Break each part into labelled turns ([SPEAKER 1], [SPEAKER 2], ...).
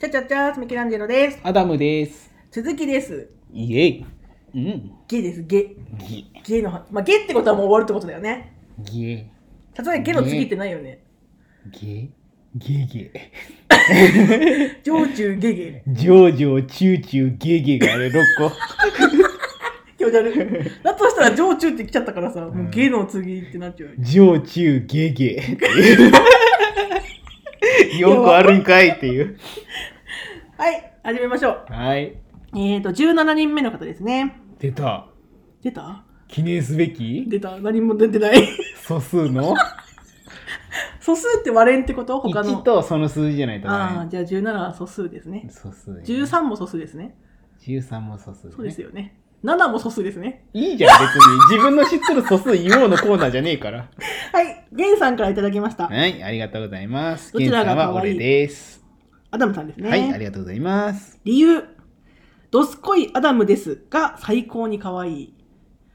[SPEAKER 1] ちゃちゃちゃー、つみきらんじろです。
[SPEAKER 2] アダムです。
[SPEAKER 1] 続きです。
[SPEAKER 2] イエイ。うん。
[SPEAKER 1] ゲです、ゲ。
[SPEAKER 2] ギ
[SPEAKER 1] ゲの話。まあ、ゲってことはもう終わるってことだよね。
[SPEAKER 2] ゲ
[SPEAKER 1] 例えばゲの次ってないよね。
[SPEAKER 2] ゲゲゲ。
[SPEAKER 1] 上中ゲゲ。
[SPEAKER 2] ジョジョチューチューゲゲがあれ六個。
[SPEAKER 1] 気持ち悪 い。だとしたら上中って来ちゃったからさ、もうゲの次ってなっちゃうよね。
[SPEAKER 2] ジョチューゲ ゲっていう。よくあるんかいっていう。
[SPEAKER 1] はい、始めましょう。
[SPEAKER 2] はい。
[SPEAKER 1] えーと、17人目の方ですね。
[SPEAKER 2] 出た。
[SPEAKER 1] 出た
[SPEAKER 2] 記念すべき
[SPEAKER 1] 出た何も出てない。
[SPEAKER 2] 素数の
[SPEAKER 1] 素数って割れんってこと他
[SPEAKER 2] 一
[SPEAKER 1] の。
[SPEAKER 2] とその数字じゃないと
[SPEAKER 1] ああ、
[SPEAKER 2] ね。
[SPEAKER 1] じゃあ17は素数ですね。
[SPEAKER 2] 素数ね。
[SPEAKER 1] 13も素数ですね。
[SPEAKER 2] 十三も素数ね。
[SPEAKER 1] そうですよね。7も素数ですね。
[SPEAKER 2] いいじゃん別に自分の知ってる素数言おうのコーナーじゃねえから。
[SPEAKER 1] はい、ゲンさんからいただきました。
[SPEAKER 2] はい、ありがとうございます。
[SPEAKER 1] どちらが
[SPEAKER 2] ケンさん
[SPEAKER 1] 可
[SPEAKER 2] は
[SPEAKER 1] 愛い
[SPEAKER 2] 俺です。
[SPEAKER 1] アダムさんですね。
[SPEAKER 2] はい、ありがとうございます。
[SPEAKER 1] 理由ドスコイアダムですが最高に可愛い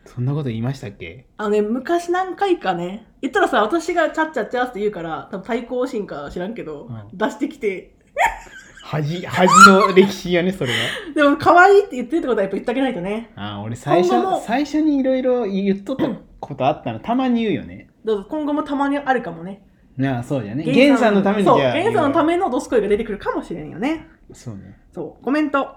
[SPEAKER 2] そんなこと言いましたっけ
[SPEAKER 1] あのね昔何回かね言ったらさ私が「チャッチャッチャ」って言うから多分対抗心か知らんけど、
[SPEAKER 2] うん
[SPEAKER 1] 出してきて
[SPEAKER 2] 恥、恥の歴史やね、それは。
[SPEAKER 1] でも可愛いって言ってるってことはやっぱ言ってあげないとね
[SPEAKER 2] あー俺最初
[SPEAKER 1] 今後も、
[SPEAKER 2] 最初にいろいろ言っとったことあったの、たまに言うよね。
[SPEAKER 1] だから今後もたまにあるかもね
[SPEAKER 2] なあ、そうじゃね。ゲンさんのためにじ
[SPEAKER 1] そう
[SPEAKER 2] ゃあ。
[SPEAKER 1] ゲンさんのた
[SPEAKER 2] め。
[SPEAKER 1] めのドスコイが出てくるかもしれんよね
[SPEAKER 2] そうね。
[SPEAKER 1] そうコメント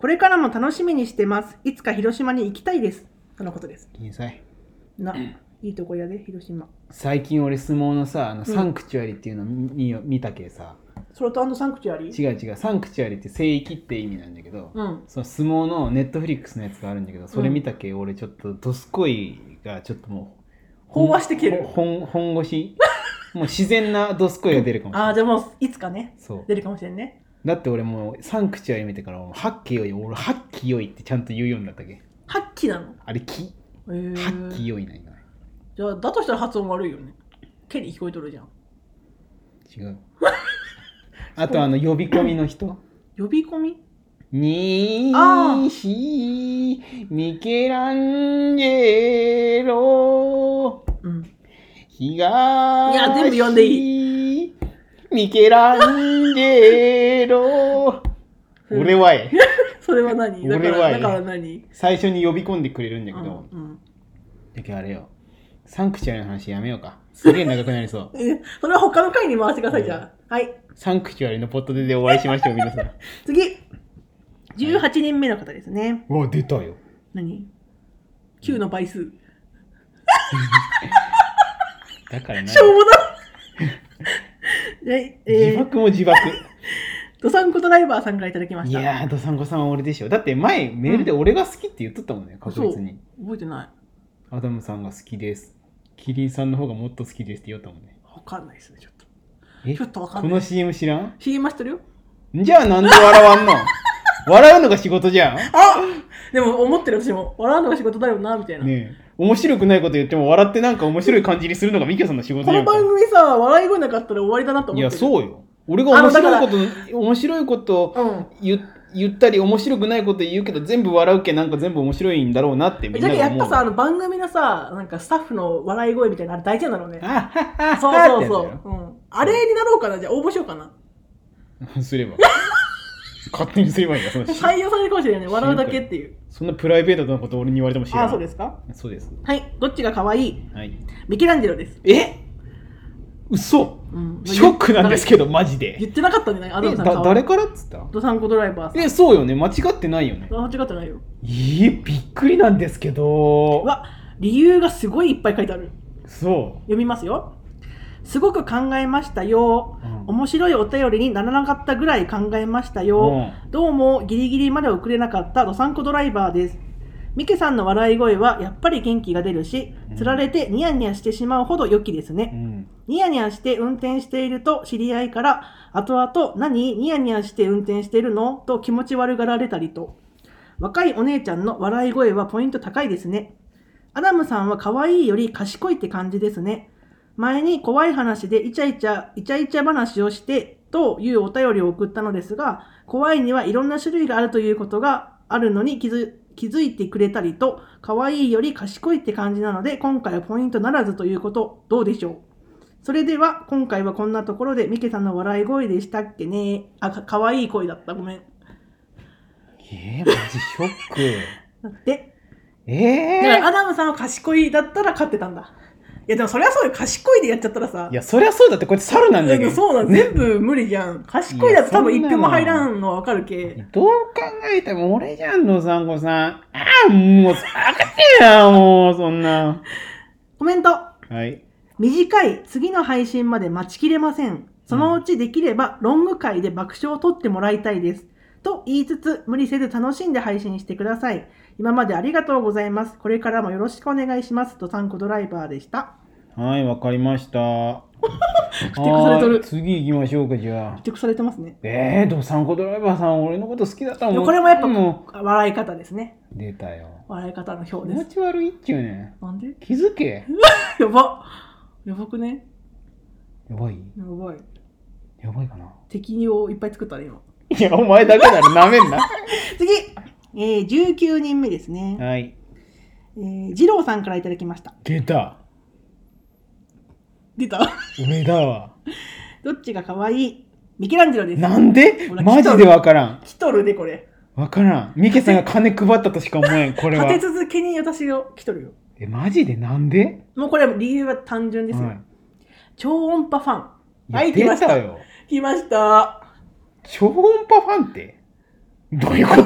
[SPEAKER 1] これからも楽しみにしてますいつか広島に行きたいですとのことです
[SPEAKER 2] ゲンさん。
[SPEAKER 1] ないいとこやで広島
[SPEAKER 2] 最近俺相撲のさ、あの、
[SPEAKER 1] ん
[SPEAKER 2] サンクチュアリっていうの見,、見たけさ、
[SPEAKER 1] ソルトサンクチュアリー
[SPEAKER 2] 違う違う、サンクチュアリって聖域って意味なんだけど、
[SPEAKER 1] うん
[SPEAKER 2] その相撲のネットフリックスのやつがあるんだけどそれ見たけ、俺ちょっとどすこいがちょっともう
[SPEAKER 1] 飽和してきてる
[SPEAKER 2] 本本腰もう自然などすこいが出るかもしれ
[SPEAKER 1] あ
[SPEAKER 2] な
[SPEAKER 1] あ
[SPEAKER 2] い
[SPEAKER 1] じゃあもういつかね
[SPEAKER 2] そう
[SPEAKER 1] 出るかもしれんね。
[SPEAKER 2] だって俺もうサンクチュアリ見てからもうはっきよい俺はっきよいってちゃんと言うようになったっけ
[SPEAKER 1] ハッキなの。
[SPEAKER 2] あれき
[SPEAKER 1] えー
[SPEAKER 2] はっきよいないな
[SPEAKER 1] じゃあだとしたら発音悪いよね。ケに聞こえとるじゃん。
[SPEAKER 2] 違う あとあの呼び込み の人
[SPEAKER 1] 呼び込み
[SPEAKER 2] に
[SPEAKER 1] あー
[SPEAKER 2] ーしミケランジェロ
[SPEAKER 1] うん。
[SPEAKER 2] 東
[SPEAKER 1] いや全部読んで
[SPEAKER 2] いミケランジェロ俺はえ
[SPEAKER 1] それは何だか
[SPEAKER 2] 俺は
[SPEAKER 1] ら
[SPEAKER 2] え
[SPEAKER 1] だから何
[SPEAKER 2] 最初に呼び込んでくれるんだ
[SPEAKER 1] う
[SPEAKER 2] けど
[SPEAKER 1] ん、、うん
[SPEAKER 2] だけどあれよサンクチュアリの話やめようかすげえ長くな りそう
[SPEAKER 1] えそれは他の回に回してくださいじゃあ。はい。
[SPEAKER 2] サンクチュアリのポットででお会いしましょう皆 さん
[SPEAKER 1] 次。18人目の方ですね。
[SPEAKER 2] うわ出たよ
[SPEAKER 1] 何 ?9 の倍数。
[SPEAKER 2] だからな
[SPEAKER 1] しょうもな はい。
[SPEAKER 2] 自
[SPEAKER 1] えー、
[SPEAKER 2] 爆も自爆
[SPEAKER 1] ドサンコドライバーさんからいただ きま
[SPEAKER 2] い
[SPEAKER 1] した。
[SPEAKER 2] やーどさんこさんは俺でしょだって前メールで俺が好きって言っとったもんね確実に
[SPEAKER 1] 覚えてない。
[SPEAKER 2] アダムさんが好きですキリンさんの方がもっと好きですって言おったもんね
[SPEAKER 1] わかんないですね、ちょっと。
[SPEAKER 2] え
[SPEAKER 1] ちょっとわかん
[SPEAKER 2] こ
[SPEAKER 1] ない。
[SPEAKER 2] の CM 知らん
[SPEAKER 1] CM はしてるよ。
[SPEAKER 2] じゃあなんで笑わ んの笑うのが仕事じゃん。ね
[SPEAKER 1] あでも思ってる私も笑うのが仕事だよなみたいな、
[SPEAKER 2] え。面白くないこと言っても笑ってなんか面白い感じにするのがミキヤさんの仕事
[SPEAKER 1] こ
[SPEAKER 2] じゃ
[SPEAKER 1] の
[SPEAKER 2] ん。
[SPEAKER 1] 番組さ笑い声なかったら終わりだなと思
[SPEAKER 2] い
[SPEAKER 1] って
[SPEAKER 2] や、
[SPEAKER 1] る
[SPEAKER 2] そうよ。俺が
[SPEAKER 1] あの
[SPEAKER 2] 面
[SPEAKER 1] だから
[SPEAKER 2] 白いこと、面白いこと
[SPEAKER 1] うん
[SPEAKER 2] 言言ったり、面白くないこと言うけど、全部笑うけなんか全部面白いんだろうなってみん
[SPEAKER 1] じ
[SPEAKER 2] な
[SPEAKER 1] ゃあ
[SPEAKER 2] が
[SPEAKER 1] やっ
[SPEAKER 2] 思う。
[SPEAKER 1] ぱさあの番組のさなんかスタッフの笑い声みたいなあれ大事なんだろうね
[SPEAKER 2] あはは
[SPEAKER 1] そう
[SPEAKER 2] は
[SPEAKER 1] そう
[SPEAKER 2] ってや
[SPEAKER 1] そう、うん、あれになろうかなじゃあ応募しようかな
[SPEAKER 2] つだよすれば。勝手にすればいいんだ、その
[SPEAKER 1] 採用されるかもしれないね笑うだけっていう
[SPEAKER 2] そんなプライベートなこと俺に言われても知ら
[SPEAKER 1] あ
[SPEAKER 2] ん。
[SPEAKER 1] あそうですか
[SPEAKER 2] す。そうです。
[SPEAKER 1] はいどっちが可愛い
[SPEAKER 2] はい。
[SPEAKER 1] ミケランジェロです、
[SPEAKER 2] え嘘
[SPEAKER 1] うん
[SPEAKER 2] ショックなんですけど、マジで。
[SPEAKER 1] 言ってなかったんじゃないアダ
[SPEAKER 2] え
[SPEAKER 1] ムさん
[SPEAKER 2] だ
[SPEAKER 1] 可愛
[SPEAKER 2] 誰
[SPEAKER 1] い
[SPEAKER 2] からっつった
[SPEAKER 1] ドサンコドライバーさん
[SPEAKER 2] えそうよね間違ってないよね
[SPEAKER 1] あ間違ってないよ
[SPEAKER 2] えー、びっくりなんですけど
[SPEAKER 1] うわ理由がすごいいっぱい書いてある
[SPEAKER 2] そ
[SPEAKER 1] 読みますよすごく考えましたよ
[SPEAKER 2] う、うん
[SPEAKER 1] 面白いお便りにならなかったぐらい考えましたよ、どうもギリギリまで遅れなかったドサンコドライバーですミケさんの笑い声はやっぱり元気が出るし
[SPEAKER 2] うん
[SPEAKER 1] つられてニヤニヤしてしまうほど良きです
[SPEAKER 2] う
[SPEAKER 1] ね、
[SPEAKER 2] ん
[SPEAKER 1] ニヤニヤして運転していると知り合いから後々何ニヤニヤして運転してるのと気持ち悪がられたりと若いお姉ちゃんの笑い声はポイント高いですねアダムさんは可愛いより賢いって感じですね前に怖い話でイチャイチャイチャイチャ話をしてというお便りを送ったのですが怖いにはいろんな種類があるということがあるのに気づ気づいてくれたりと可愛いより賢いって感じなので今回はポイントならずということどうでしょうそれでは今回はこんなところでミケさんの笑い声でしたっけねあかかわいい声だったごめん
[SPEAKER 2] えー、マジショッ ク。
[SPEAKER 1] だってだから
[SPEAKER 2] え
[SPEAKER 1] アダムさんは賢いだったら勝ってたんだいやでもそりゃそうよ賢いでやっちゃったらさ
[SPEAKER 2] ー、いや、そりゃそうだって、こいつ猿なんだけ
[SPEAKER 1] う
[SPEAKER 2] ど
[SPEAKER 1] ん。そうだ全部無理じゃん賢いだと多分一票も入らんのはわかるけ
[SPEAKER 2] どう考えても俺じゃんの、さんこさん。ああ、もう、あかってよ、もう、そんな。
[SPEAKER 1] コメント
[SPEAKER 2] はい。
[SPEAKER 1] 短い次の配信まで待ちきれませんそのうちできればロング回で爆笑を取ってもらいたいですと言いつつ無理せず楽しんで配信してください今までありがとうございますこれからもよろしくお願いしますとサンコドライバーでした
[SPEAKER 2] はい、わかりました。
[SPEAKER 1] ふてくされとる
[SPEAKER 2] はい次行きましょうか、じゃあ。
[SPEAKER 1] 熟されてますね
[SPEAKER 2] えー、でもサンコドライバーさん、俺のこと好きだった
[SPEAKER 1] で
[SPEAKER 2] も
[SPEAKER 1] も
[SPEAKER 2] ん。
[SPEAKER 1] これもやっぱ
[SPEAKER 2] も
[SPEAKER 1] 笑い方ですね
[SPEAKER 2] う出たよ。
[SPEAKER 1] 笑い方の
[SPEAKER 2] 気
[SPEAKER 1] 表で
[SPEAKER 2] 持
[SPEAKER 1] す
[SPEAKER 2] ち悪いっちゅうね。
[SPEAKER 1] なんで
[SPEAKER 2] 気づけ。
[SPEAKER 1] やばやばくね
[SPEAKER 2] やばい
[SPEAKER 1] やばい
[SPEAKER 2] やばいかな。
[SPEAKER 1] 敵をいっぱい作ったね今
[SPEAKER 2] いや、お前だけだろ、なめんな。
[SPEAKER 1] 次、えー、19人目ですね、
[SPEAKER 2] はい。
[SPEAKER 1] えー、二郎さんからいただきました
[SPEAKER 2] 出た。
[SPEAKER 1] 出た
[SPEAKER 2] 俺だわ。
[SPEAKER 1] どっちが可愛いミケランジェロです
[SPEAKER 2] なんで
[SPEAKER 1] ほら
[SPEAKER 2] マジでわからん。
[SPEAKER 1] 来とるでこれ
[SPEAKER 2] わからん。ミケさんが金配ったとしか思 えん、これは
[SPEAKER 1] 立。て続けに私を来とるよ
[SPEAKER 2] え、マジでなんで
[SPEAKER 1] もうこれ理由は単純ですよ、
[SPEAKER 2] はい
[SPEAKER 1] 超音波ファン
[SPEAKER 2] いや
[SPEAKER 1] はい来ました
[SPEAKER 2] 出よ。
[SPEAKER 1] 来ました
[SPEAKER 2] 超音波ファンってどういうこと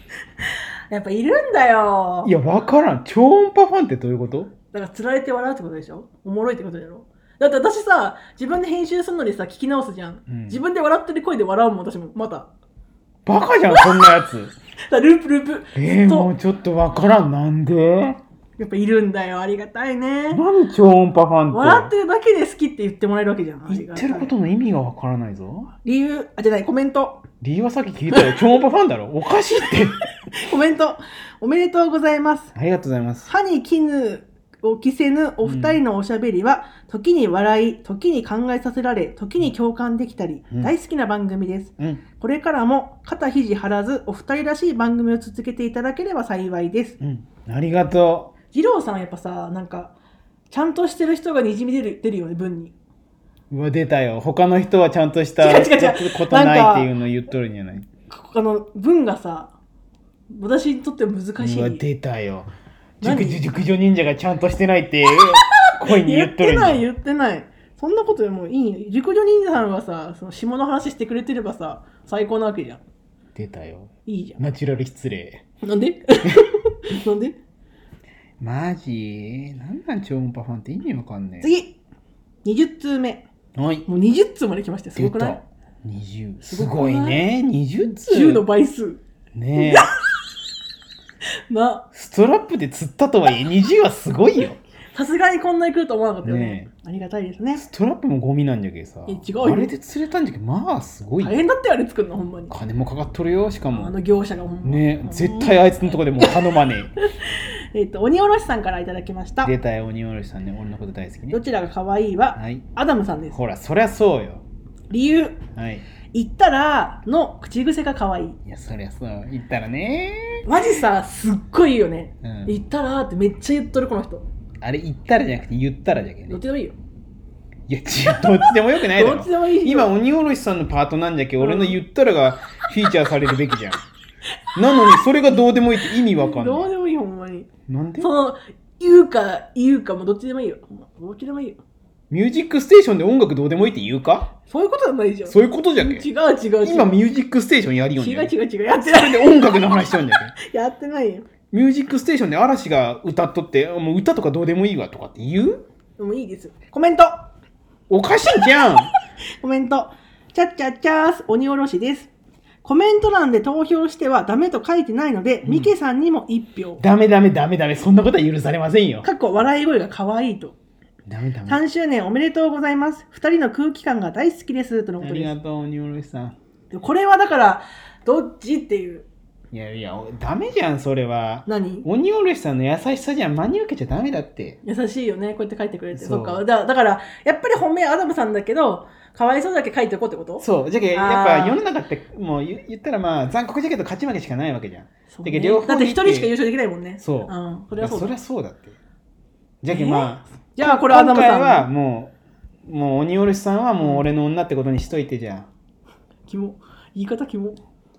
[SPEAKER 1] やっぱいるんだよ
[SPEAKER 2] いや、わからん。超音波ファンってどういうこと
[SPEAKER 1] だからつられて笑うってことでしょおもろいってことだろだって私さ自分で編集するのにさ聞き直すじゃん、
[SPEAKER 2] うん
[SPEAKER 1] 自分で笑ってる声で笑うもん私もまただか
[SPEAKER 2] バカじゃん、そんなや つ。
[SPEAKER 1] らループループ
[SPEAKER 2] えー、
[SPEAKER 1] そう
[SPEAKER 2] もうちょっとわからん。なんで
[SPEAKER 1] やっぱいるんだよありがたいね
[SPEAKER 2] 何超音波ファンって
[SPEAKER 1] 笑ってるだけで好きって言ってもらえるわけじゃんあり
[SPEAKER 2] 言
[SPEAKER 1] が
[SPEAKER 2] ったて
[SPEAKER 1] い
[SPEAKER 2] ることの意味がわからないぞ。
[SPEAKER 1] 理由あじゃないコメント
[SPEAKER 2] 理由はさっき聞いたよ。超音波ファンだろおかし いって。
[SPEAKER 1] コメントおめでとうございます
[SPEAKER 2] ありがとうございます。
[SPEAKER 1] 歯に絹を着せぬお二人のおしゃべりは、時に笑い時に考えさせられ時に共感できたり、
[SPEAKER 2] うん
[SPEAKER 1] 大好きな番組です
[SPEAKER 2] うん。
[SPEAKER 1] これからも肩肘張らずお二人らしい番組を続けていただければ幸いです
[SPEAKER 2] うん。ありがと
[SPEAKER 1] 二郎さんやっぱさなんかちゃんとしてる人がにじみ出る出るよね文に
[SPEAKER 2] う。うわ、出たよ。他の人はちゃんとした
[SPEAKER 1] 違う違う違う
[SPEAKER 2] ことないっていうのを言っとるんじゃない
[SPEAKER 1] こあの文がさ私にとっては難し
[SPEAKER 2] うわ
[SPEAKER 1] い
[SPEAKER 2] 出たよ
[SPEAKER 1] 何
[SPEAKER 2] 熟女熟女忍者がちゃんとしてないって 声
[SPEAKER 1] 言
[SPEAKER 2] に言
[SPEAKER 1] っ
[SPEAKER 2] っと
[SPEAKER 1] て
[SPEAKER 2] るん
[SPEAKER 1] な
[SPEAKER 2] や
[SPEAKER 1] い言ってないそんなことよりもういいよ熟女忍者さんはさその下の話してくれてればさ最高なわけじゃん
[SPEAKER 2] 出たよ
[SPEAKER 1] いいじゃん
[SPEAKER 2] ナチュラル失礼
[SPEAKER 1] なん でなんで
[SPEAKER 2] マジなんなん超音波ファンって意味わかんねえ
[SPEAKER 1] 次20通目
[SPEAKER 2] はい
[SPEAKER 1] もう20通まで来ましたよす
[SPEAKER 2] 出
[SPEAKER 1] ごくない
[SPEAKER 2] た20
[SPEAKER 1] す
[SPEAKER 2] す
[SPEAKER 1] ごくな
[SPEAKER 2] ご
[SPEAKER 1] い
[SPEAKER 2] いね20通
[SPEAKER 1] 10の倍数
[SPEAKER 2] ねえ
[SPEAKER 1] な
[SPEAKER 2] ストラップで釣ったとはいえ20はすごいよ
[SPEAKER 1] さすがにこんなに来ると思わなかったよね
[SPEAKER 2] ね
[SPEAKER 1] ありがたいですね
[SPEAKER 2] ストラップもゴミなんじゃけさ
[SPEAKER 1] え違うよ
[SPEAKER 2] あれで釣れたんじゃけまあすごい
[SPEAKER 1] 大変だってあれ作るのほんまに
[SPEAKER 2] 金もかかっとるよしか
[SPEAKER 1] あの
[SPEAKER 2] も
[SPEAKER 1] 業者がほんま
[SPEAKER 2] ね
[SPEAKER 1] うん
[SPEAKER 2] え絶対あいつのとこでもう頼まねえ
[SPEAKER 1] えっと鬼おろしさんからいただきました
[SPEAKER 2] 出たよ鬼おろしさんね俺のこと大好きね
[SPEAKER 1] どちらが可愛いは
[SPEAKER 2] はい
[SPEAKER 1] アダムさんです
[SPEAKER 2] ほら、そりゃそうよ。
[SPEAKER 1] 理由
[SPEAKER 2] はい。
[SPEAKER 1] 言ったらの口癖が可愛い
[SPEAKER 2] いや、そりゃそう。言ったらね
[SPEAKER 1] マジさすっごいいいよね、
[SPEAKER 2] うん
[SPEAKER 1] 言ったらってめっちゃ言っとるこの人
[SPEAKER 2] あれ、言ったらじゃなくて言ったらじゃけん
[SPEAKER 1] ど
[SPEAKER 2] ね
[SPEAKER 1] っ。ちでもいいよ
[SPEAKER 2] いや、違う、どっちでもよくないだ
[SPEAKER 1] どっ
[SPEAKER 2] ろ
[SPEAKER 1] ち。でもいいよ
[SPEAKER 2] 今、鬼おろしさんのパートなんじゃけ、
[SPEAKER 1] うん
[SPEAKER 2] 俺の言ったらがフィーチャーされるべきじゃん。なのに、それがどうでもいいって意味わかん
[SPEAKER 1] どう
[SPEAKER 2] な
[SPEAKER 1] でもいいほんまに
[SPEAKER 2] い。なんで
[SPEAKER 1] その言うか言うかもどっちでもいいよどっちでもいいよ
[SPEAKER 2] ミュージックステーションで音楽どうでもいいって言うか
[SPEAKER 1] そういうことじゃないじゃん
[SPEAKER 2] そういうことじゃけ。
[SPEAKER 1] 違う違う違う
[SPEAKER 2] 今、ミュージックステーションやりよん
[SPEAKER 1] 違
[SPEAKER 2] じ
[SPEAKER 1] う
[SPEAKER 2] ゃけ。
[SPEAKER 1] 違う違うやってない
[SPEAKER 2] で、音楽の話しとんじゃけ。
[SPEAKER 1] やってないよ
[SPEAKER 2] ミュージックステーションで嵐が歌っとって、もう歌とかどうでもいいわとかって言う
[SPEAKER 1] でもいいですコメント
[SPEAKER 2] おかしいじゃん
[SPEAKER 1] コメントチャッチャッチャース鬼おろしですコメント欄で投票してはダメと書いてないので、
[SPEAKER 2] ん
[SPEAKER 1] ミケさんにも一票
[SPEAKER 2] ダメダメダメダメ、そんなことは許されませんよ。
[SPEAKER 1] かっこ笑い声が可愛いと
[SPEAKER 2] ダメダメ。
[SPEAKER 1] 3周年おめでとうございます2人の空気感が大好きですとの
[SPEAKER 2] あ
[SPEAKER 1] こと
[SPEAKER 2] り
[SPEAKER 1] で
[SPEAKER 2] がとう、鬼おろしさん。
[SPEAKER 1] すこれはだからどっちっていう
[SPEAKER 2] いやいや、おダメじゃん、それは。
[SPEAKER 1] 何
[SPEAKER 2] 鬼おろしさんの優しさじゃ真に受けちゃダメだって。
[SPEAKER 1] 優しいよねこうやって書いてくれて
[SPEAKER 2] そ
[SPEAKER 1] そうっかだだからやっぱり本命はアダムさんだけどかわいそうだけ書いておこうってこと
[SPEAKER 2] そう、じゃけ、
[SPEAKER 1] あー
[SPEAKER 2] やっぱ世の中って、もう言言ったらまあ、残酷じゃけど勝ち負けしかないわけじゃん。
[SPEAKER 1] そう
[SPEAKER 2] だけど両方
[SPEAKER 1] だって一
[SPEAKER 2] 見て
[SPEAKER 1] 人しか優勝できないもんね
[SPEAKER 2] そう
[SPEAKER 1] うん、そ
[SPEAKER 2] そ
[SPEAKER 1] れ
[SPEAKER 2] り
[SPEAKER 1] は
[SPEAKER 2] ゃ
[SPEAKER 1] そ
[SPEAKER 2] そう
[SPEAKER 1] だ
[SPEAKER 2] うだって。じゃけまあ、
[SPEAKER 1] じゃあこれアダ
[SPEAKER 2] 今
[SPEAKER 1] ムさ
[SPEAKER 2] 回
[SPEAKER 1] ん
[SPEAKER 2] はもう、もう鬼おろしさんはもう俺の女ってことにしといてじゃあ
[SPEAKER 1] キモ。言い方キモ。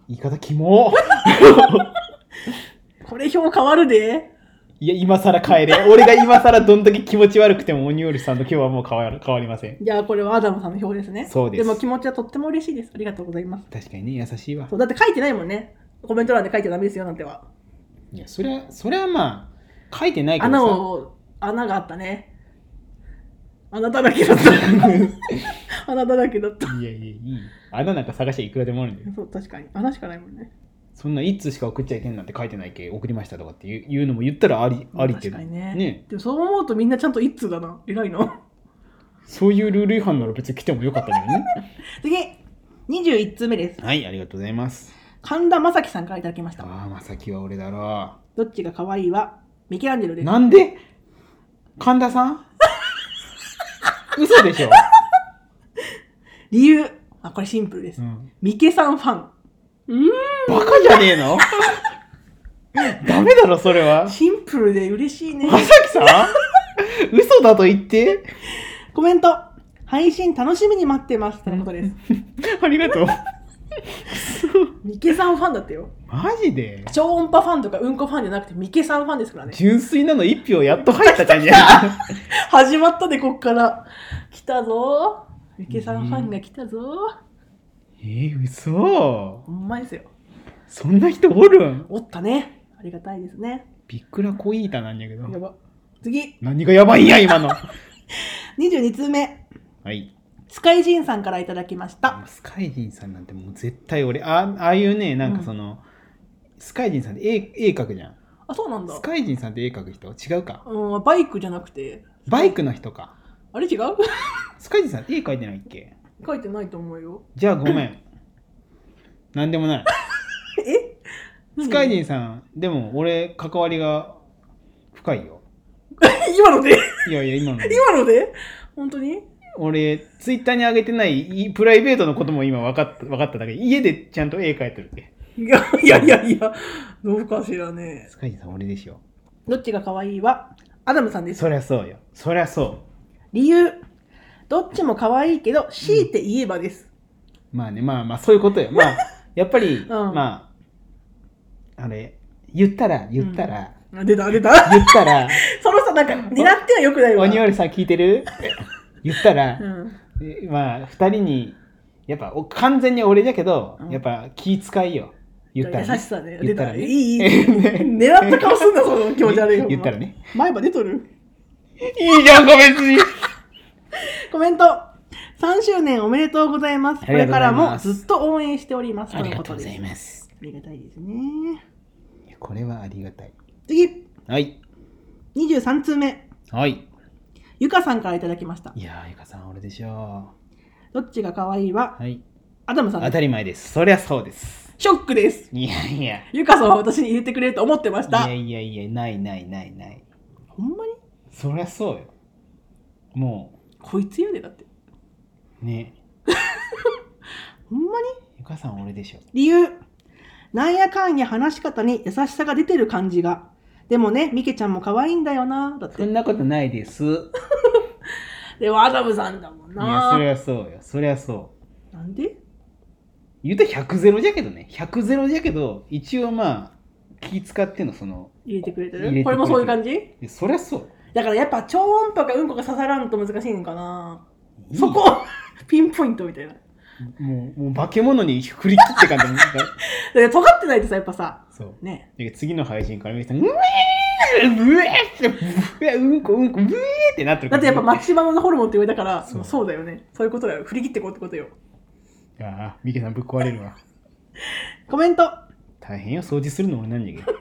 [SPEAKER 2] 言い方キモ
[SPEAKER 1] これ表変わるで。
[SPEAKER 2] いや今更帰れ俺が今更どんだけ気持ち悪くても鬼おろしさんと今日はもう変わる変わりません
[SPEAKER 1] じゃあこれはアダムさんの表ですね。
[SPEAKER 2] そうです
[SPEAKER 1] でも気持ちはとっても嬉しいです。ありがとうございます。
[SPEAKER 2] 確かにね優しいわ
[SPEAKER 1] そうだって書いてないもんね。コメント欄で書いちゃダメですよなんては。
[SPEAKER 2] いやそれはそれはまあ書いてないけど
[SPEAKER 1] 穴
[SPEAKER 2] さ
[SPEAKER 1] を、穴があったね。穴だらけだった。 穴だらけだった。
[SPEAKER 2] いやいやいい穴なんか探していくらでもあるんだよ
[SPEAKER 1] そう、確かに。穴しかないもんね。
[SPEAKER 2] そんな1通しか送っちゃいけんなんて書いてないけ送りましたとかっていういうのも言ったらありありって
[SPEAKER 1] 確かにね
[SPEAKER 2] ね
[SPEAKER 1] でもそう思うとみんなちゃんと一通だな。偉いな。
[SPEAKER 2] そういうルール違反なら別に来てもよかったんだよね
[SPEAKER 1] 次、21通目です。
[SPEAKER 2] はいありがとうございます
[SPEAKER 1] 神田正輝さんからいただきました。
[SPEAKER 2] ああまさきは俺だろ
[SPEAKER 1] どっちが可愛いは、ミケランジェロで
[SPEAKER 2] う
[SPEAKER 1] す。
[SPEAKER 2] なんで神田さ ん嘘でしょ、
[SPEAKER 1] 理由、あ、これシンプルです
[SPEAKER 2] う。ん、
[SPEAKER 1] ミケさんファン。
[SPEAKER 2] バカじゃねえの ダメだろそれは
[SPEAKER 1] シンプルで嬉しいね
[SPEAKER 2] ま。 さきさん嘘だと言って
[SPEAKER 1] コメント、配信楽しみに待ってます。とのことです。
[SPEAKER 2] ありがとう
[SPEAKER 1] ミケさんファンだったよ。
[SPEAKER 2] マジで
[SPEAKER 1] 超音波ファンとかうんこファンじゃなくてミケさんファンですからね。
[SPEAKER 2] 純粋なの一票やっと入った感じ や
[SPEAKER 1] 始まったで、こっから。来たぞー。ミケさんファンが来たぞ
[SPEAKER 2] えー、嘘
[SPEAKER 1] ー。ほんまですよ。
[SPEAKER 2] そんな人おるん
[SPEAKER 1] おったね。ありがたいですね。
[SPEAKER 2] びっくらこいーたなんやけど
[SPEAKER 1] やば。次、
[SPEAKER 2] 何がやばいんや今の
[SPEAKER 1] 22通目。
[SPEAKER 2] はい
[SPEAKER 1] スカイジンさんからいただきました。
[SPEAKER 2] スカイジンさんなんてもう絶対俺あああいうねなんかその、スカイジンさんって絵絵描くじゃん
[SPEAKER 1] あ、そうなんだ
[SPEAKER 2] ス。カイジンさんって絵描く人違うか
[SPEAKER 1] うん、バイクじゃなくて。
[SPEAKER 2] バイクの人か
[SPEAKER 1] あれ違う
[SPEAKER 2] スカイジンさんって絵描いてないっけ
[SPEAKER 1] 書いてないと思うよ。
[SPEAKER 2] じゃあごめ んなんでもない
[SPEAKER 1] え
[SPEAKER 2] スカイ
[SPEAKER 1] に
[SPEAKER 2] ジンさんでも俺関わりが深いよ
[SPEAKER 1] 今ので
[SPEAKER 2] いやいや今の
[SPEAKER 1] 今ので本当に
[SPEAKER 2] 俺ツイッターに上げてないいプライベートのことも今分かった分かっただけ家でちゃんと絵描いてるって
[SPEAKER 1] いやいやいやいや、どうかしらね。
[SPEAKER 2] スカイジンさん俺でしょ
[SPEAKER 1] どっちが可愛いは、アダムさんです。
[SPEAKER 2] そりゃそうよそりゃそ
[SPEAKER 1] 理由、どっちも可愛いけど、強いて言えばです。
[SPEAKER 2] うまあねまあまあそういうことよ まあやっぱり、まああれ言ったら言ったら、
[SPEAKER 1] あ出た出た
[SPEAKER 2] 言ったら
[SPEAKER 1] そのさ、なんか狙ってはよくないわ。
[SPEAKER 2] 鬼丸さん聞いて る言ったら
[SPEAKER 1] う、ん。
[SPEAKER 2] えまあ二人にやっぱお完全に俺だけど、
[SPEAKER 1] うん
[SPEAKER 2] やっぱ気使いよ言ったら、
[SPEAKER 1] 優しさね。
[SPEAKER 2] 言
[SPEAKER 1] 出
[SPEAKER 2] った
[SPEAKER 1] た
[SPEAKER 2] ら
[SPEAKER 1] ね。
[SPEAKER 2] ね
[SPEAKER 1] いいいい。狙った顔すんだ、その気持ち悪い。
[SPEAKER 2] 言ったら。ね
[SPEAKER 1] 前歯出とる
[SPEAKER 2] いいじゃんか別に
[SPEAKER 1] コメント3周年おめでとうございます。こ
[SPEAKER 2] ありが
[SPEAKER 1] れ
[SPEAKER 2] とう
[SPEAKER 1] か
[SPEAKER 2] ござい
[SPEAKER 1] ら
[SPEAKER 2] ま
[SPEAKER 1] も
[SPEAKER 2] す
[SPEAKER 1] ずっと応援しております。
[SPEAKER 2] ありがとうござい
[SPEAKER 1] す。
[SPEAKER 2] ます
[SPEAKER 1] ありがたいですね。
[SPEAKER 2] いやこれはありがたい
[SPEAKER 1] 次、
[SPEAKER 2] はい
[SPEAKER 1] 23通目。
[SPEAKER 2] はい
[SPEAKER 1] ゆかさんからいただきました。
[SPEAKER 2] いやーゆかさん俺でしょ
[SPEAKER 1] どっちが可愛いは、
[SPEAKER 2] うはい
[SPEAKER 1] アダムさん
[SPEAKER 2] 当
[SPEAKER 1] です。
[SPEAKER 2] たり前ですそりゃそうです
[SPEAKER 1] ショックです。
[SPEAKER 2] いやいや
[SPEAKER 1] ゆかさんは私に入れてくれると思ってまし
[SPEAKER 2] い
[SPEAKER 1] た
[SPEAKER 2] や。いやいやないないないない
[SPEAKER 1] ほんまに
[SPEAKER 2] そりゃそうよも
[SPEAKER 1] こいつやでだって。
[SPEAKER 2] うね
[SPEAKER 1] ほんまに
[SPEAKER 2] ゆかさん俺でしょ
[SPEAKER 1] 理由。なんやかんや話し方に優しさが出てる感じが。でもね、みけちゃんも可愛いんだよな。だっ
[SPEAKER 2] そ
[SPEAKER 1] て。
[SPEAKER 2] んなことないですい
[SPEAKER 1] でもアダムさんだもん
[SPEAKER 2] やそり
[SPEAKER 1] な。
[SPEAKER 2] ゃそうよそりゃそう
[SPEAKER 1] なんで
[SPEAKER 2] 言うと100ゼロじゃけどね100ゼロじゃけど一応まあ気使ってのその
[SPEAKER 1] 入れてくれて
[SPEAKER 2] 入れてくれ
[SPEAKER 1] る
[SPEAKER 2] てる
[SPEAKER 1] これもそういう感じ
[SPEAKER 2] いやそりゃそう
[SPEAKER 1] だからやっぱ超音波かうんこが刺さらんと難しいんかな。
[SPEAKER 2] いい
[SPEAKER 1] そこ ピンポイントみたいな。だ
[SPEAKER 2] もうもう化け物に振り切って感じなんか
[SPEAKER 1] から尖ってないとさ、やっぱさ、
[SPEAKER 2] そう
[SPEAKER 1] ね。
[SPEAKER 2] で次の配信から皆さん、うえーうえーって、うえーうんこうんこ、うえーってなってる
[SPEAKER 1] だってやっぱマ
[SPEAKER 2] 待
[SPEAKER 1] キシマムのホルモンって言われたから
[SPEAKER 2] そう
[SPEAKER 1] そうだよねそういうことだよ振り切ってこうってことよ
[SPEAKER 2] ああ、ミケさんぶっ壊れるわ。
[SPEAKER 1] コメント
[SPEAKER 2] 大変よ、掃除するの俺なんだけど。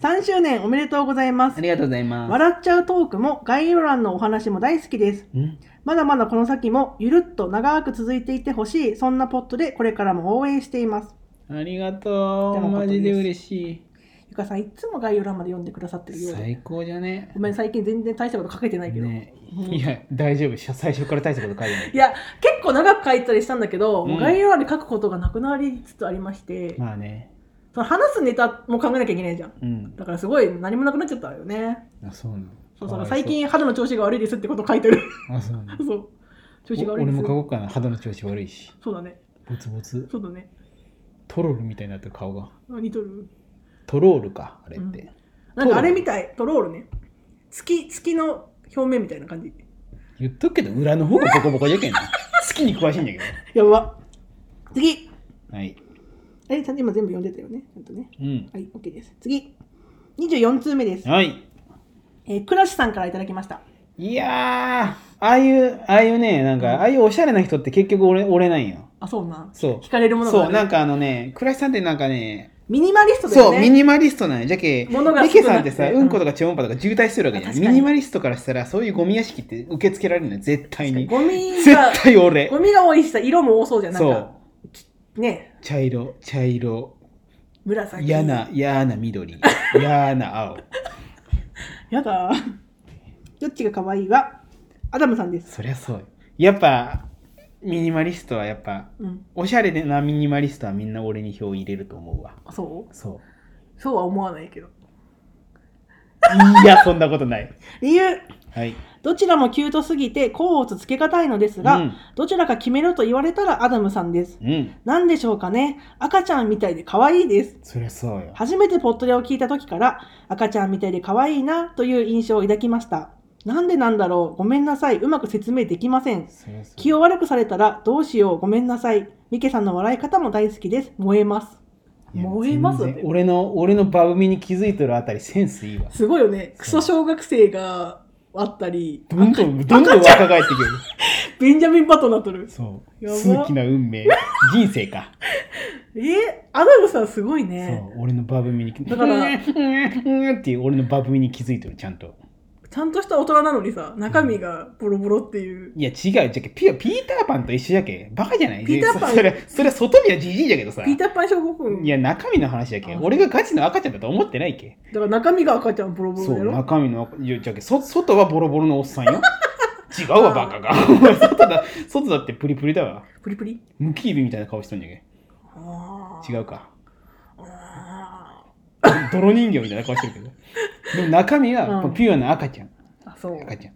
[SPEAKER 1] 3周年おめでとうございます
[SPEAKER 2] りがとうございま
[SPEAKER 1] 笑っちゃうトークも概要欄のお話も大好きです
[SPEAKER 2] す。ん
[SPEAKER 1] まだまだこの先もゆるっと長く続いていてほしいそんなポットでこれからも応援しています
[SPEAKER 2] ありがと
[SPEAKER 1] で
[SPEAKER 2] う、
[SPEAKER 1] も
[SPEAKER 2] マジで嬉し
[SPEAKER 1] ゆかさんいつも概要欄まで読んでくださってる
[SPEAKER 2] い。
[SPEAKER 1] ようで
[SPEAKER 2] 最高じゃね
[SPEAKER 1] ご。めん最近全然大したこと書けてないけど、
[SPEAKER 2] ねいや、大丈夫、し最初から大したこと書いてない
[SPEAKER 1] い。や結構長く書いたりしたんだけど、もううん概要欄に書くことがなくなりつつありまして、
[SPEAKER 2] まあね、
[SPEAKER 1] その話すネタも考えなきゃいけないじゃん
[SPEAKER 2] うん、
[SPEAKER 1] だからすごい何もなくなっちゃったよね
[SPEAKER 2] あそうなの。
[SPEAKER 1] そうそう
[SPEAKER 2] かわい
[SPEAKER 1] 最近肌の調子が悪いですってこと書いてる
[SPEAKER 2] あそうなの
[SPEAKER 1] そう調子が悪い
[SPEAKER 2] 俺
[SPEAKER 1] です
[SPEAKER 2] も書こうかな。肌の調子悪いし。
[SPEAKER 1] そうだね
[SPEAKER 2] ボツボツ。
[SPEAKER 1] そうだね
[SPEAKER 2] トロールみたいになってる顔が。
[SPEAKER 1] 似とる
[SPEAKER 2] トロールか、あれって。
[SPEAKER 1] うんなんかあれみたいトロールね月月の表面みたいな感じ
[SPEAKER 2] 言っとくけど、裏の方がボコボコじゃけ んな。好きに詳しいんだけど。
[SPEAKER 1] やば次
[SPEAKER 2] はい。
[SPEAKER 1] えちゃんと今全部読んでたよねちゃんとね
[SPEAKER 2] うん。
[SPEAKER 1] はい OK です次24通目です
[SPEAKER 2] はい。
[SPEAKER 1] えー、倉しさんからいただきました
[SPEAKER 2] いやー、ああいう、ああいうね、なんか、ああいうおしゃれな人って結局俺、俺なんよ。
[SPEAKER 1] あそうな
[SPEAKER 2] そう。
[SPEAKER 1] 惹かれるものがあ
[SPEAKER 2] そう、
[SPEAKER 1] る
[SPEAKER 2] なんかあのね、倉石さんってなんかね、
[SPEAKER 1] ミニマリストだよ
[SPEAKER 2] そう、
[SPEAKER 1] ね
[SPEAKER 2] ミニマリストなんや。じゃけ、
[SPEAKER 1] 物が
[SPEAKER 2] リ
[SPEAKER 1] 少なくて
[SPEAKER 2] ケさんってさ、うんことか超音波とか渋滞してるわけじゃ
[SPEAKER 1] あ
[SPEAKER 2] ん。
[SPEAKER 1] 確か
[SPEAKER 2] ミ
[SPEAKER 1] に
[SPEAKER 2] ニマリストからしたら、そういうゴミ屋敷って受け付けられるのよ、絶対に。
[SPEAKER 1] ゴミが
[SPEAKER 2] 絶対俺
[SPEAKER 1] ゴ。ミが多いしさ色も多そうじゃんなん
[SPEAKER 2] そ
[SPEAKER 1] か
[SPEAKER 2] う。
[SPEAKER 1] ね
[SPEAKER 2] 茶色、茶色、
[SPEAKER 1] 紫
[SPEAKER 2] 嫌な、嫌な緑、 嫌な青。
[SPEAKER 1] やだどっちが可愛いはアダムさんです
[SPEAKER 2] そりゃそうよ。やっぱ、ミニマリストはやっぱ、
[SPEAKER 1] うん
[SPEAKER 2] おしゃれなミニマリストはみんな俺に票入れると思うわ。
[SPEAKER 1] そ
[SPEAKER 2] そう
[SPEAKER 1] そうは思わないけど
[SPEAKER 2] う。いや、そんなことない。
[SPEAKER 1] 理由
[SPEAKER 2] はい。
[SPEAKER 1] どちらもキュートすぎて甲をつけがたいのですが、
[SPEAKER 2] うん
[SPEAKER 1] どちらか決めろと言われたらアダムさんです
[SPEAKER 2] うん。
[SPEAKER 1] なんでしょうかね赤ちゃんみたいで可愛いです
[SPEAKER 2] そりゃそうよ。
[SPEAKER 1] 初めてポットレを聞いた時から赤ちゃんみたいで可愛いなという印象を抱きましたなんでなんだろうごめんなさいうまく説明できません
[SPEAKER 2] そりゃそう
[SPEAKER 1] 気を悪くされたらどうしようごめんなさいミケさんの笑い方も大好きです燃えます
[SPEAKER 2] いや
[SPEAKER 1] 燃えます
[SPEAKER 2] 全然俺の、俺のバブみに気づいてるあたりセンスいいわ。
[SPEAKER 1] すごいよね
[SPEAKER 2] クソ
[SPEAKER 1] 小学生があったり
[SPEAKER 2] どんどん、どんどん若返ってくる。
[SPEAKER 1] ベンジャミン・バトンになっとる
[SPEAKER 2] そう。
[SPEAKER 1] やば
[SPEAKER 2] 数奇な運命。人生か。
[SPEAKER 1] えアダムさんすごい
[SPEAKER 2] そう
[SPEAKER 1] ね。
[SPEAKER 2] 俺のバブみに。
[SPEAKER 1] だから
[SPEAKER 2] うんうんうんっていう俺のバブみに気づいてる、ちゃんと。
[SPEAKER 1] ちゃんとした大人なのにさ中身がボロボロっていう
[SPEAKER 2] いや、違う。じゃけ、ピピーターパンと一緒じゃけ。バカじゃない
[SPEAKER 1] ピーターパン
[SPEAKER 2] そそれ、それ外見はじじいじゃけどさ。
[SPEAKER 1] ピーターパン症候群
[SPEAKER 2] いや、中身の話やけ。
[SPEAKER 1] あ
[SPEAKER 2] 俺がガチの赤ちゃんだと思ってないけ。
[SPEAKER 1] だから中身が赤ちゃんボロボ
[SPEAKER 2] そ
[SPEAKER 1] ロや
[SPEAKER 2] う、
[SPEAKER 1] ろ
[SPEAKER 2] 中身の、いやじゃけ、そ外はボロボロのおっさんよ。 違うわ、
[SPEAKER 1] あ
[SPEAKER 2] バ
[SPEAKER 1] ー
[SPEAKER 2] カが。外だ、外だってプリプリだわ。
[SPEAKER 1] プリプリ
[SPEAKER 2] ムキエビみたいな顔しとんじゃけ。
[SPEAKER 1] あー
[SPEAKER 2] 違うか。
[SPEAKER 1] あ
[SPEAKER 2] 泥人形みたいな顔してるけど。でも中身は
[SPEAKER 1] うん
[SPEAKER 2] ピュアな赤ちゃん。
[SPEAKER 1] ーあそう
[SPEAKER 2] 赤ちゃ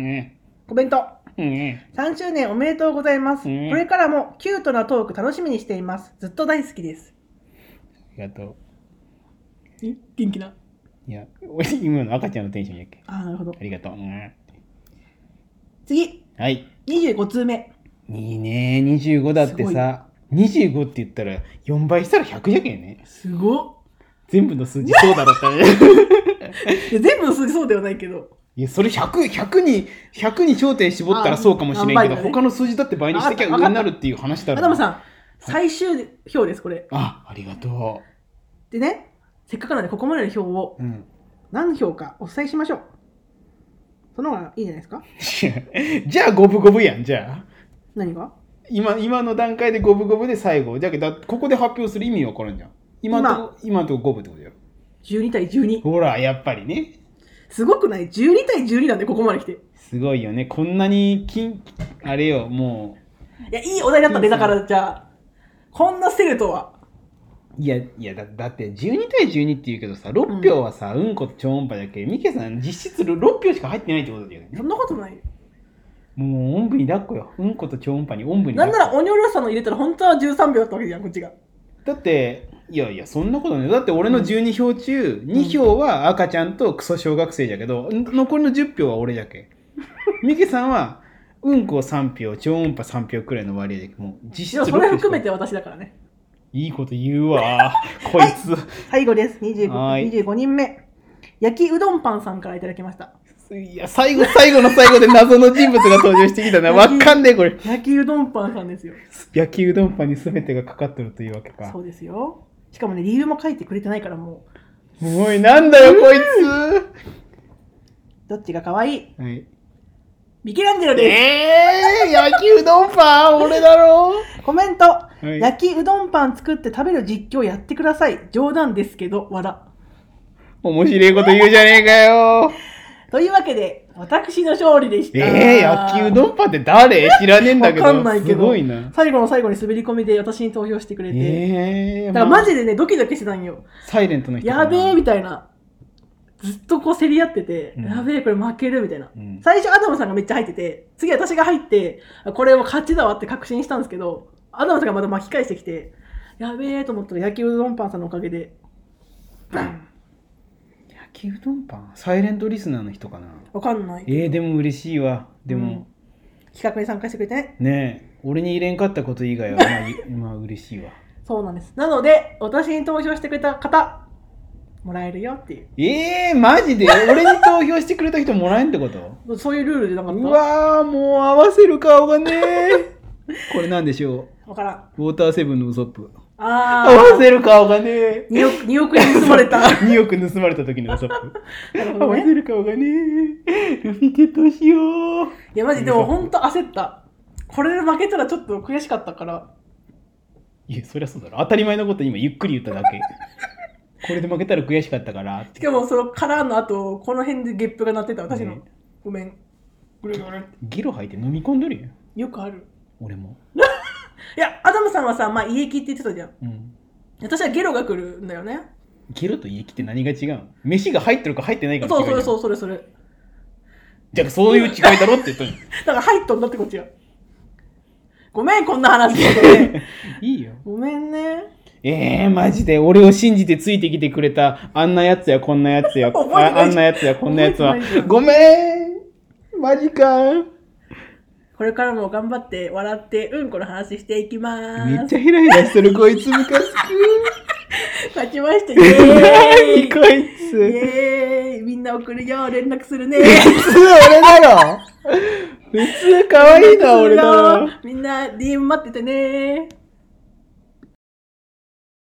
[SPEAKER 2] ん。うん。
[SPEAKER 1] コメント
[SPEAKER 2] うん。
[SPEAKER 1] 3周年おめでとうございます、
[SPEAKER 2] うん
[SPEAKER 1] これからもキュートなトーク楽しみにしていますずっと大好きです
[SPEAKER 2] ありがと
[SPEAKER 1] 元気な
[SPEAKER 2] う。いや、俺今の赤ちゃんのテンションやっけ。
[SPEAKER 1] あーなるほど
[SPEAKER 2] ありがとう。うん。
[SPEAKER 1] 次
[SPEAKER 2] はい。
[SPEAKER 1] 25通目
[SPEAKER 2] いいね25だってさ。25って言ったら4倍したら100じゃけんね。
[SPEAKER 1] すご
[SPEAKER 2] 全部の数字そうだろったね。
[SPEAKER 1] っいや全部の数字そうではないけど
[SPEAKER 2] いや、それ100、100に、100に焦点絞ったらそうかもしれん
[SPEAKER 1] あ何倍
[SPEAKER 2] けど、
[SPEAKER 1] だね
[SPEAKER 2] 他の数字だって倍にしてきゃ
[SPEAKER 1] わかった
[SPEAKER 2] 上になるっていう話だ
[SPEAKER 1] ア
[SPEAKER 2] ろ。
[SPEAKER 1] ダムさん最終票ですこれ
[SPEAKER 2] あ、ありがと
[SPEAKER 1] でねせっかくなんでここまでの票を
[SPEAKER 2] う。うん。
[SPEAKER 1] 何票かお伝えしましょうその方がいいじゃないですか
[SPEAKER 2] じゃあ、五分五分やん、じゃあ。
[SPEAKER 1] 何が
[SPEAKER 2] 今、今の段階で五分五分で最後。じゃけど、ここで発表する意味わからんじゃん。今のとこ、今のとこ五分ってことやろ。
[SPEAKER 1] 12対12
[SPEAKER 2] ほら、やっぱりね。
[SPEAKER 1] すごくない12対12なんでここまで来てい
[SPEAKER 2] すごいよね。こんなに、金、あれよ、も
[SPEAKER 1] やいいお題だったねだからじゃあこんなセルとは
[SPEAKER 2] う。いや、いやだ、だって12対12って言うけどさ、6票はさ、うん、こ超音波だけ、ミケさん実質6票しか入ってないってことだよね。
[SPEAKER 1] そんなことない
[SPEAKER 2] もう、おんぶに抱っこよ。うんこと超音波におんぶに
[SPEAKER 1] なんな
[SPEAKER 2] 抱っこ。
[SPEAKER 1] らオニョルさんの入れたら本当は13秒だったわけじゃんこっちが
[SPEAKER 2] だって、いやいや、そんなことね。だって俺の12票中、2票は赤ちゃんとクソ小学生じゃけど、ん残りの10票は俺じゃけ。ミケさんは、うんこ3票、超音波3票くらいの割合で、もう
[SPEAKER 1] で
[SPEAKER 2] 実
[SPEAKER 1] も
[SPEAKER 2] 質
[SPEAKER 1] それ
[SPEAKER 2] 6票し
[SPEAKER 1] 含
[SPEAKER 2] か
[SPEAKER 1] めて私だからね
[SPEAKER 2] いいこと言うわ。こいつ。
[SPEAKER 1] 最後です25
[SPEAKER 2] はい
[SPEAKER 1] 25人目焼きうどんパンさんからいただきました
[SPEAKER 2] いや、最後、最後の最後で謎の人物が登場してきたな。わかんねえ、これ。
[SPEAKER 1] 焼きうどんパンさんですよ
[SPEAKER 2] 焼きうどんパンに全てがかかっとるというわけか
[SPEAKER 1] そ。うですよしかもね理由も書いてくれてないからもう
[SPEAKER 2] おい、なんだよ、こいつ。
[SPEAKER 1] どっちが可愛い
[SPEAKER 2] はい。
[SPEAKER 1] ミケランジェロです
[SPEAKER 2] えー、焼きうどんパン俺だろ
[SPEAKER 1] コメント、
[SPEAKER 2] い
[SPEAKER 1] 焼きうどんパン作って食べる実況やってください冗談ですけど笑
[SPEAKER 2] 面白いこと言うじゃねえかよ
[SPEAKER 1] というわけで私の勝利でした
[SPEAKER 2] えー、焼きうどんパンって誰知らねえんだけど。
[SPEAKER 1] わかんないけど
[SPEAKER 2] すごいな。
[SPEAKER 1] 最後の最後に滑り込みで私に投票してくれて、
[SPEAKER 2] えー、
[SPEAKER 1] だからマ
[SPEAKER 2] ま
[SPEAKER 1] ジでねドキドキしてたんよ
[SPEAKER 2] サイレントの人か
[SPEAKER 1] や
[SPEAKER 2] な。
[SPEAKER 1] べえみたいなずっとこう競り合ってて、
[SPEAKER 2] うん
[SPEAKER 1] やべえ、これ負けるみたいな。
[SPEAKER 2] うん
[SPEAKER 1] 最初アダムさんがめっちゃ入ってて、次私が入って、あこれも勝ちだわって確信したんですけど、アダムさんがまた巻き返してきて、やべえと思ったら野球うどんパンさんのおかげで、バン
[SPEAKER 2] 焼きうどんパンサイレントリスナーの人かな
[SPEAKER 1] わかんない。
[SPEAKER 2] えー、でも嬉しいわでも、
[SPEAKER 1] 企画に参加してくれてね。
[SPEAKER 2] ねえ俺に入れんかったこと以外はまあい まあ嬉しいわ
[SPEAKER 1] そうなんです。なので、私に投票してくれた方、もらえるよっていう。
[SPEAKER 2] えー、マジで俺に投票してくれた人もらえんってこと
[SPEAKER 1] そういうルールじゃなかっ
[SPEAKER 2] う
[SPEAKER 1] た
[SPEAKER 2] わーもう合わせる顔がねー これなんでしょ
[SPEAKER 1] わからん。
[SPEAKER 2] うウォーターセブンのウソップ
[SPEAKER 1] あ
[SPEAKER 2] 合わ
[SPEAKER 1] ー、
[SPEAKER 2] せる顔がねー
[SPEAKER 1] 2億 ,2 億円盗まれ た。な
[SPEAKER 2] 2億盗まれた時のウソップ
[SPEAKER 1] るほ
[SPEAKER 2] 合
[SPEAKER 1] ど
[SPEAKER 2] わ
[SPEAKER 1] ね
[SPEAKER 2] せる顔がねールフィ決闘しよう
[SPEAKER 1] いや、マジでも本当焦った。これで負けたらちょっと悔しかったから。
[SPEAKER 2] いやそりゃそうだろ当たり前のこと今ゆっくり言っただけこれで負けたら悔しかったから
[SPEAKER 1] しかもそのカラーの後、この辺でゲップが鳴ってた、私の。
[SPEAKER 2] ね
[SPEAKER 1] ごめん。ぐるぐる
[SPEAKER 2] ギロ吐いて飲み込んどるよ
[SPEAKER 1] よくある。
[SPEAKER 2] 俺も、
[SPEAKER 1] いや、アダムさんはさ、まあ、家切って言ってたじゃん。
[SPEAKER 2] うん、
[SPEAKER 1] 私はゲロが来るんだよね。
[SPEAKER 2] ゲロと家来って何が違うの飯が入ってるか入ってないかの
[SPEAKER 1] そう
[SPEAKER 2] 違
[SPEAKER 1] そう
[SPEAKER 2] いじゃん
[SPEAKER 1] そう、それそれ。
[SPEAKER 2] じゃあそういう違いだろって言っ たの
[SPEAKER 1] だから入っとんだってこっちは。ごめん、こんな 話してて。
[SPEAKER 2] いいよ
[SPEAKER 1] ごめんね。
[SPEAKER 2] えー、マジで俺を信じてついてきてくれたあんなやつやこんなやつや
[SPEAKER 1] 覚えて
[SPEAKER 2] あ
[SPEAKER 1] ない
[SPEAKER 2] あんなやつやこんなやつは
[SPEAKER 1] 覚えてない
[SPEAKER 2] ごめんマジか
[SPEAKER 1] これからも頑張って笑ってうんこの話していきま
[SPEAKER 2] めっ
[SPEAKER 1] ー
[SPEAKER 2] ち
[SPEAKER 1] す。
[SPEAKER 2] ゃヘラヘラしてるこいつムカつく
[SPEAKER 1] 勝ちましたイ
[SPEAKER 2] 何
[SPEAKER 1] エ
[SPEAKER 2] こ
[SPEAKER 1] ーイ
[SPEAKER 2] いつ
[SPEAKER 1] イエーイみんな送るよ連絡するね
[SPEAKER 2] 普通俺だろ普通可愛いな俺だろ
[SPEAKER 1] みんな DM 待っててねー